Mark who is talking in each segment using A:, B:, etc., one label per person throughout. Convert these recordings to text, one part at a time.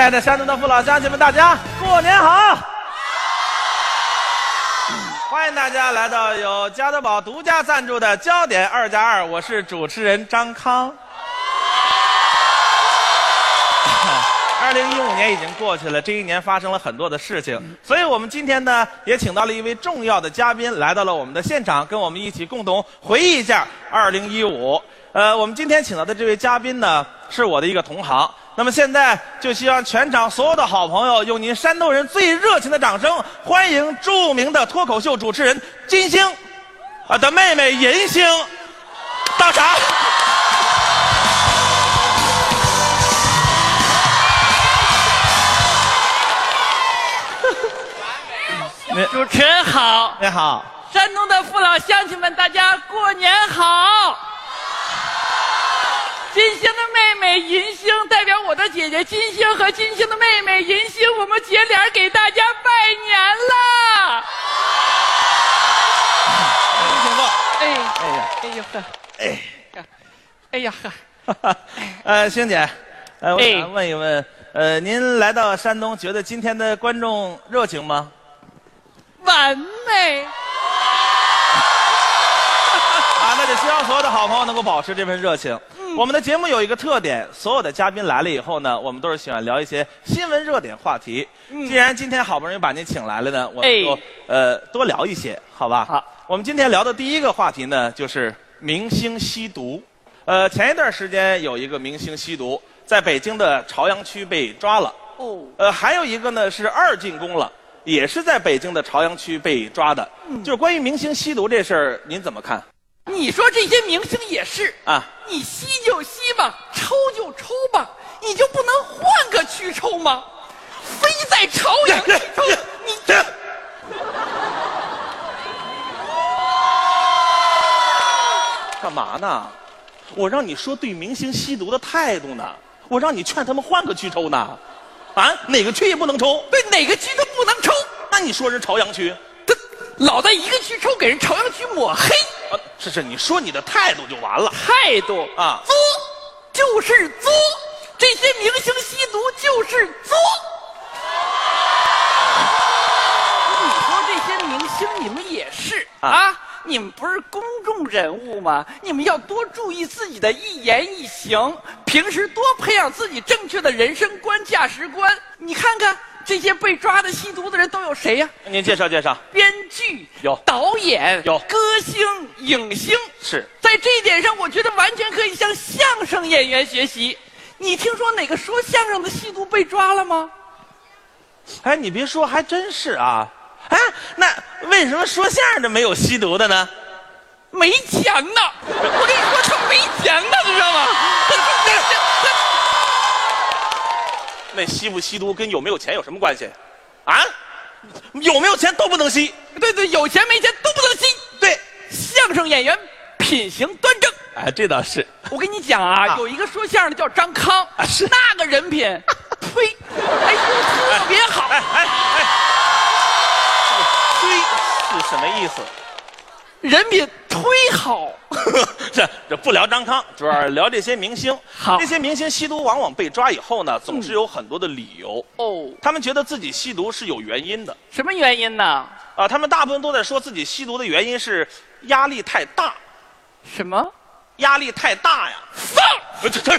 A: 亲爱的山东的父老乡亲们，大家过年好！欢迎大家来到由加多宝独家赞助的《焦点二加二》，我是主持人张康。二零一五年已经过去了，这一年发生了很多的事情，所以我们今天呢也请到了一位重要的嘉宾来到了我们的现场，跟我们一起共同回忆一下二零一五。呃，我们今天请到的这位嘉宾呢是我的一个同行。那么现在就希望全场所有的好朋友用您山东人最热情的掌声，欢迎著名的脱口秀主持人金星，啊的妹妹银星到场。
B: 主持人好，
A: 你好，
B: 山东的父老乡亲们，大家过年好！金星的妹妹银星代表我的姐姐金星和金星的妹妹银星，我们姐俩给大家拜年啦！
A: 请坐。
B: 哎
A: 哎呀。
B: 哎呦呵，哎，哎呀呵，
A: 呃，星姐，呃，我
B: 哎
A: 想问一问，呃，您来到山东，觉得今天的观众热情吗？
B: 完美！
A: 啊，那就希望所有的好朋友能够保持这份热情。
B: 嗯
A: 我们的节目有一个特点，所有的嘉宾来了以后呢，我们都是喜欢聊一些新闻热点话题。既然今天好不容易把您请来了呢，我们
B: 嗯哎
A: 就、呃多聊一些，好吧？
B: 好。
A: 我们今天聊的第一个话题呢，就是明星吸毒。呃，前一段时间有一个明星吸毒，在北京的朝阳区被抓了。
B: 哦，
A: 呃，还有一个呢是二进宫了，也是在北京的朝阳区被抓的。就是关于明星吸毒这事儿，您怎么看
B: 你说这些明星也是，
A: 啊？
B: 你吸就吸吧，抽就抽吧，你就不能换个区抽吗？非在朝阳区抽，你
A: 这干嘛呢？我让你说对明星吸毒的态度呢，我让你劝他们换个区抽呢，啊，哪个区也不能抽。
B: 对哪个区都不能抽，
A: 那你说人朝阳区？
B: 这老在一个区抽，给人朝阳区抹黑
A: 啊，是是，你说你的态度就完了。
B: 态度
A: 啊
B: 作就是作，这些明星吸毒就是作。你说这些明星，你们也是
A: 啊
B: 啊你们不是公众人物吗？你们要多注意自己的一言一行，平时多培养自己正确的人生观、价值观。你看看这些被抓的吸毒的人都有谁呀、
A: 您介绍介绍。
B: 编剧
A: 有
B: 导演
A: 有
B: 歌星、影星，
A: 是
B: 在这一点上，我觉得完全可以向相声演员学习。你听说哪个说相声的吸毒被抓了吗？
A: 哎，你别说，还真是啊！哎，那为什么说相声的没有吸毒的呢？
B: 没钱呢！我跟你说，他没钱呢，知道吗？他他他他
A: 那吸不吸毒跟有没有钱有什么关系？啊，有没有钱都不能吸。
B: 他对对，有钱没钱都不能吸。
A: 对，
B: 相声演员品行端正。
A: 哎，这倒 是。
B: 我跟你讲啊，
A: 啊
B: 有一个说相声的叫张康，
A: 啊是
B: 那个人 品，呸，哎呦，特别好。
A: 哎哎哎，这个推是什么意思？
B: 人品忒好，
A: 这这不聊张康，主要是聊这些明 星。
B: 好
A: 这些明星吸毒往往被抓以后呢，总是有很多的理由，
B: 哦，
A: 他们觉得自己吸毒是有原因的。
B: 什么原因呢？
A: 啊，他们大部分都在说自己吸毒的原因是压力太大，
B: 什么？
A: 压力太大呀。
B: 放
A: 这这，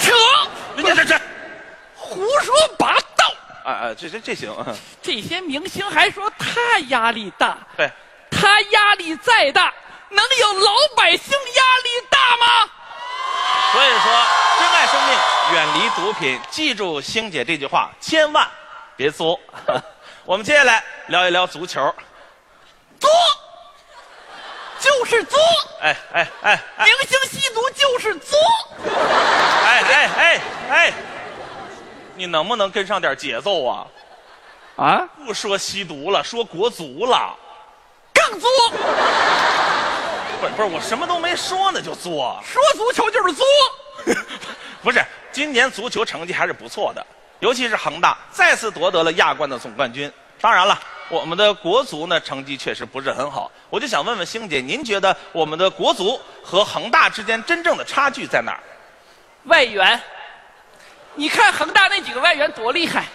B: 扯，
A: 人家这这，
B: 胡说八道！
A: 啊啊，这这这行，嗯
B: 这些明星还说他压力大，
A: 对，
B: 他压力再大，能有老百姓压力大吗？
A: 所以说珍爱生命，远离毒品，记住星姐这句话，千万别作。 我们接下来聊一聊足球，
B: 作，就是作，
A: 哎哎哎哎
B: 明星吸毒就是作。
A: 哎哎哎哎，你能不能跟上点节奏啊？
B: 啊，
A: 不说吸毒了，说国足了。
B: 更作，
A: 不是不是，我什么都没说呢就作，
B: 说足球就是作。
A: 不是，今年足球成绩还是不错的，尤其是恒大再次夺得了亚冠的总冠军。当然了，我们的国足呢成绩确实不是很好，我就想问问星姐，您觉得我们的国足和恒大之间真正的差距在哪儿？
B: 外援，你看恒大那几个外援多厉害，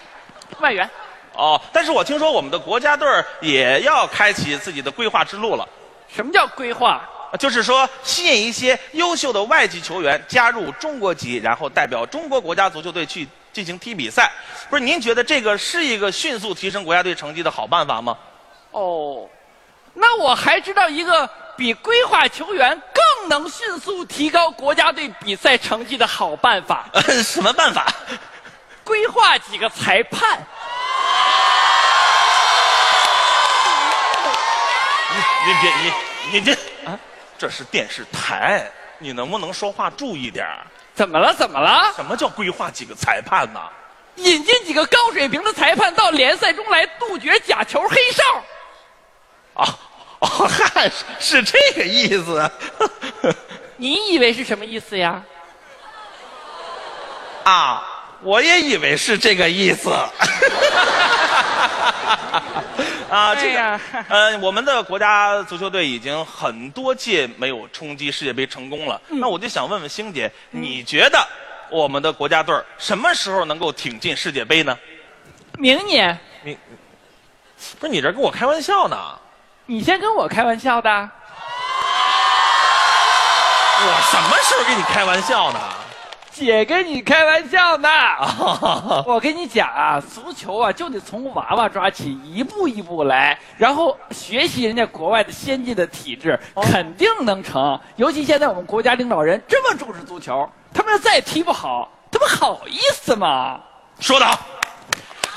B: 外援。
A: 哦，但是我听说我们的国家队儿也要开启自己的规划之路了，
B: 什么叫规划？
A: 啊就是说吸引一些优秀的外籍球员加入中国籍，然后代表中国国家足球队去进行踢比赛。不是，您觉得这个是一个迅速提升国家队成绩的好办法吗？
B: 哦，那我还知道一个比规划球员更能迅速提高国家队比赛成绩的好办法：
A: 呃，什么办法？
B: 规划几个裁判。
A: 您别，您您这啊，这是电视台，你能不能说话注意点儿？
B: 怎么了？怎么了？
A: 什么叫规划几个裁判呢？
B: 引进几个高水平的裁判到联赛中来杜绝假球黑哨。
A: 啊，哦， 嗨，是是这个意思。
B: 你以为是什么意思呀？
A: 啊，我也以为是这个意 思。啊，这个
B: 哎呀，
A: 呃，我们的国家足球队已经很多届没有冲击世界杯成功了。
B: 嗯
A: 那我就想问问星姐，你觉得我们的国家队儿什么时候能够挺进世界杯呢？
B: 明年
A: 你不是你这跟我开玩笑呢？
B: 你先跟我开玩笑的。
A: 我什么时候跟你开玩笑 呢？
B: 姐跟你开玩笑呢。
A: 啊，
B: 我跟你讲啊，足球啊就得从娃娃抓起，一步一步来，然后学习人家国外的先进的体制，肯定能成。尤其现在我们国家领导人这么重视足球，他们要再踢不好，他们好意思吗？
A: 说得好，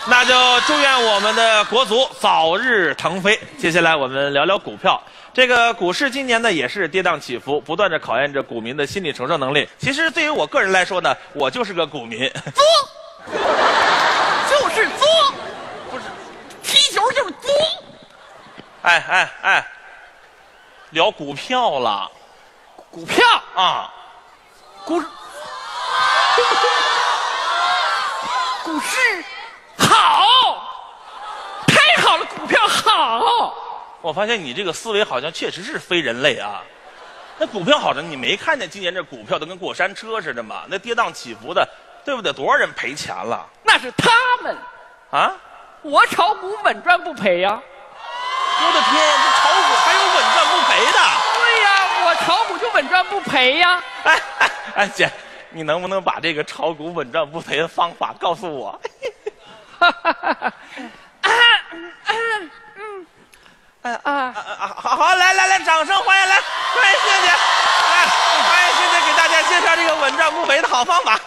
A: 那就祝愿我们的国足早日腾飞。接下来我们聊聊股票。这个股市今年呢也是跌宕起伏，不断的考验着股民的心理承受能力。其实对于我个人来说呢，我就是个股民。
B: 作，就是作，不是，踢球就是作。
A: 哎哎哎，聊股票了
B: 股票，
A: 啊！
B: 股，股市好，太好了，股票好。
A: 我发现你这个思维好像确实是非人类啊。那股票好着，你没看见今年这股票都跟过山车似的吗？那跌宕起伏的，对不对？多少人赔钱了
B: 那是他们，
A: 啊？
B: 我炒股稳赚不赔呀、
A: 我的天，这炒股还有稳赚不赔的？
B: 对呀、我炒股就稳赚不赔呀、
A: 哎哎哎，姐，你能不能把这个炒股稳赚不赔的方法告诉我？
B: 啊啊，
A: 啊，好好，来来来，掌声欢迎来，欢迎谢姐，来，欢迎谢姐给大家介绍这个稳赚不赔的好方法。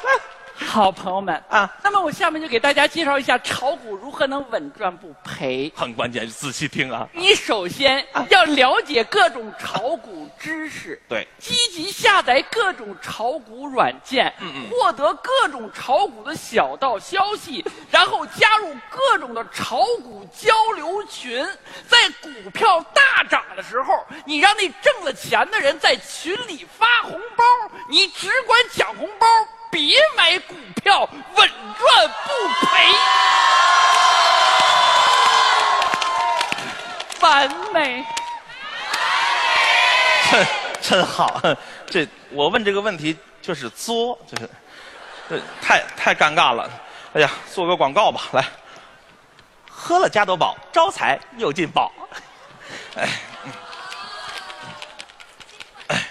B: 好朋友们
A: 啊
B: 啊，那么我下面就给大家介绍一下炒股如何能稳赚不赔。
A: 很关键，仔细听啊。
B: 你首先要了解各种炒股知识，
A: 对，
B: 积极下载各种炒股软件，获得各种炒股的小道消息，然后加入各种的炒股交流群。在股票大涨的时候，你让那挣了钱的人在群里发红包，你只管抢红包，别买股票，稳赚不赔。完美。
A: 真 真好。这我问这个问题就是作，就是，这太太尴尬了。哎呀，做个广告吧，来，喝了加多宝，招财又进宝。哎，嗯哎，哎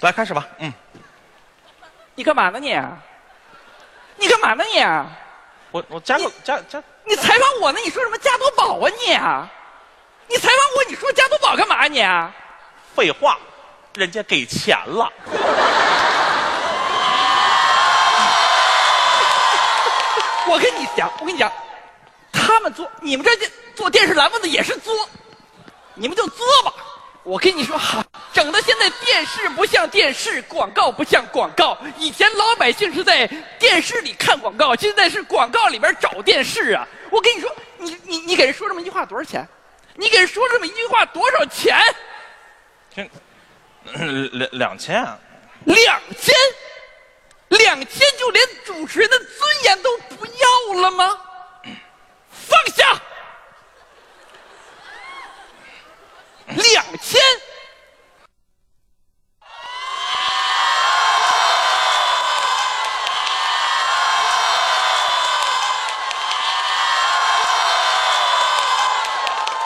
A: 来开始吧，嗯，
B: 你干嘛呢你？你干嘛呢你？
A: 我我加个加加，
B: 你采访我呢？你说什么加多宝啊你？你采访我，你说加多宝干嘛你？
A: 废话，人家给钱了。
B: 我跟你讲，我跟你讲，他们做你们这这做电视栏目的也是作，你们就作吧。我跟你说，哈，整的现在电视不像电视，广告不像广告。以前老百姓是在电视里看广告，现在是广告里边找电视啊。我跟你说，你你你给人说这么一句话多少钱？你给人说这么一句话多少钱？
A: 这嗯两两千啊，
B: 两千，两千就连主持人的尊严都不要了吗？放下！两千，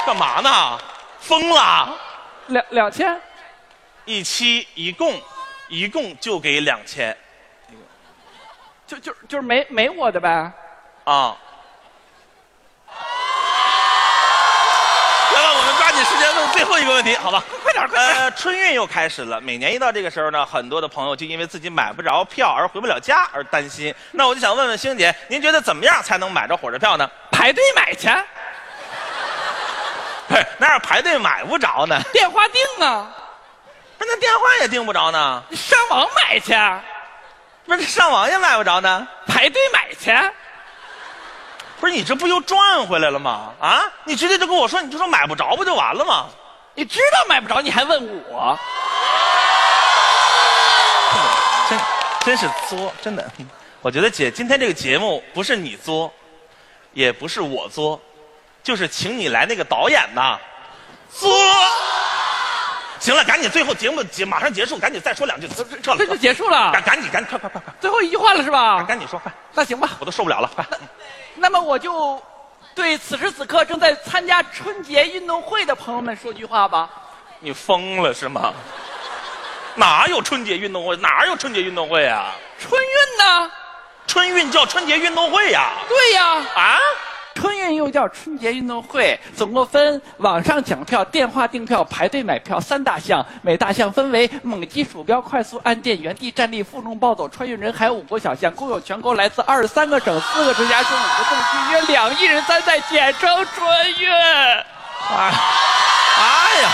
A: 干嘛呢？疯了！
B: 两两千，
A: 一期一共，一共就给两千
B: 就就就是没没我的呗。
A: 啊。来吧，我们抓紧时间问最后一个问题，好吧？
B: 快点快点
A: 呃，春运又开始了，每年一到这个时候呢，很多的朋友就因为自己买不着票而回不了家而担心。那我就想问问星姐，您觉得怎么样才能买着火车票呢？
B: 排队买去，
A: 不是，那样排队买不着呢，
B: 电话订啊，
A: 不是那电话也订不着呢，
B: 上网买去，
A: 不是上网也买不着呢。
B: 排队买去。
A: 不是你这不又赚回来了吗？啊，你直接就跟我说，你就说买不着不就完了吗？
B: 你知道买不着，你还问我？
A: 真真是作，真的。我觉得姐今天这个节目不是你作，也不是我作，就是请你来那个导演呐，作。行了，赶紧，最后节目结马上结束，赶紧再说两句，撤撤
B: 这
A: 了
B: 就，结束了
A: 赶，赶紧，赶紧，快快快快，
B: 最后一句话了是吧？
A: 赶紧说，快，
B: 那行吧，
A: 我都受不了了，快。
B: 那么我就对此时此刻正在参加春节运动会的朋友们说句话吧。
A: 你疯了是吗？哪有春节运动会？哪有春节运动会啊？
B: 春运呢？
A: 春运叫春节运动会呀、
B: 对呀、
A: 啊？
B: 春运又叫春节运动会，总共分网上抢票、电话订票、排队买票三大项，每大项分为猛击鼠标、快速按键、原地站立、负重暴走、穿越人海五国小项，共有全国来自二十三个省、四个直辖市、五个政区约两亿人参赛，简称春运。
A: 啊！哎呀，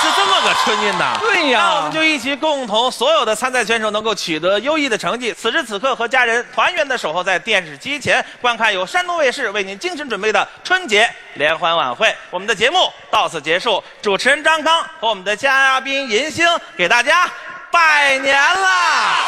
A: 是这么个春运呐！
B: 对呀
A: 那我们就一起共同，所有的参赛选手能够取得优异的成绩。此时此刻，和家人团圆的守候在电视机前，观看由山东卫视为您精心准备的春节联欢晚会。我们的节目到此结束，主持人张康和我们的嘉宾银星给大家拜年啦！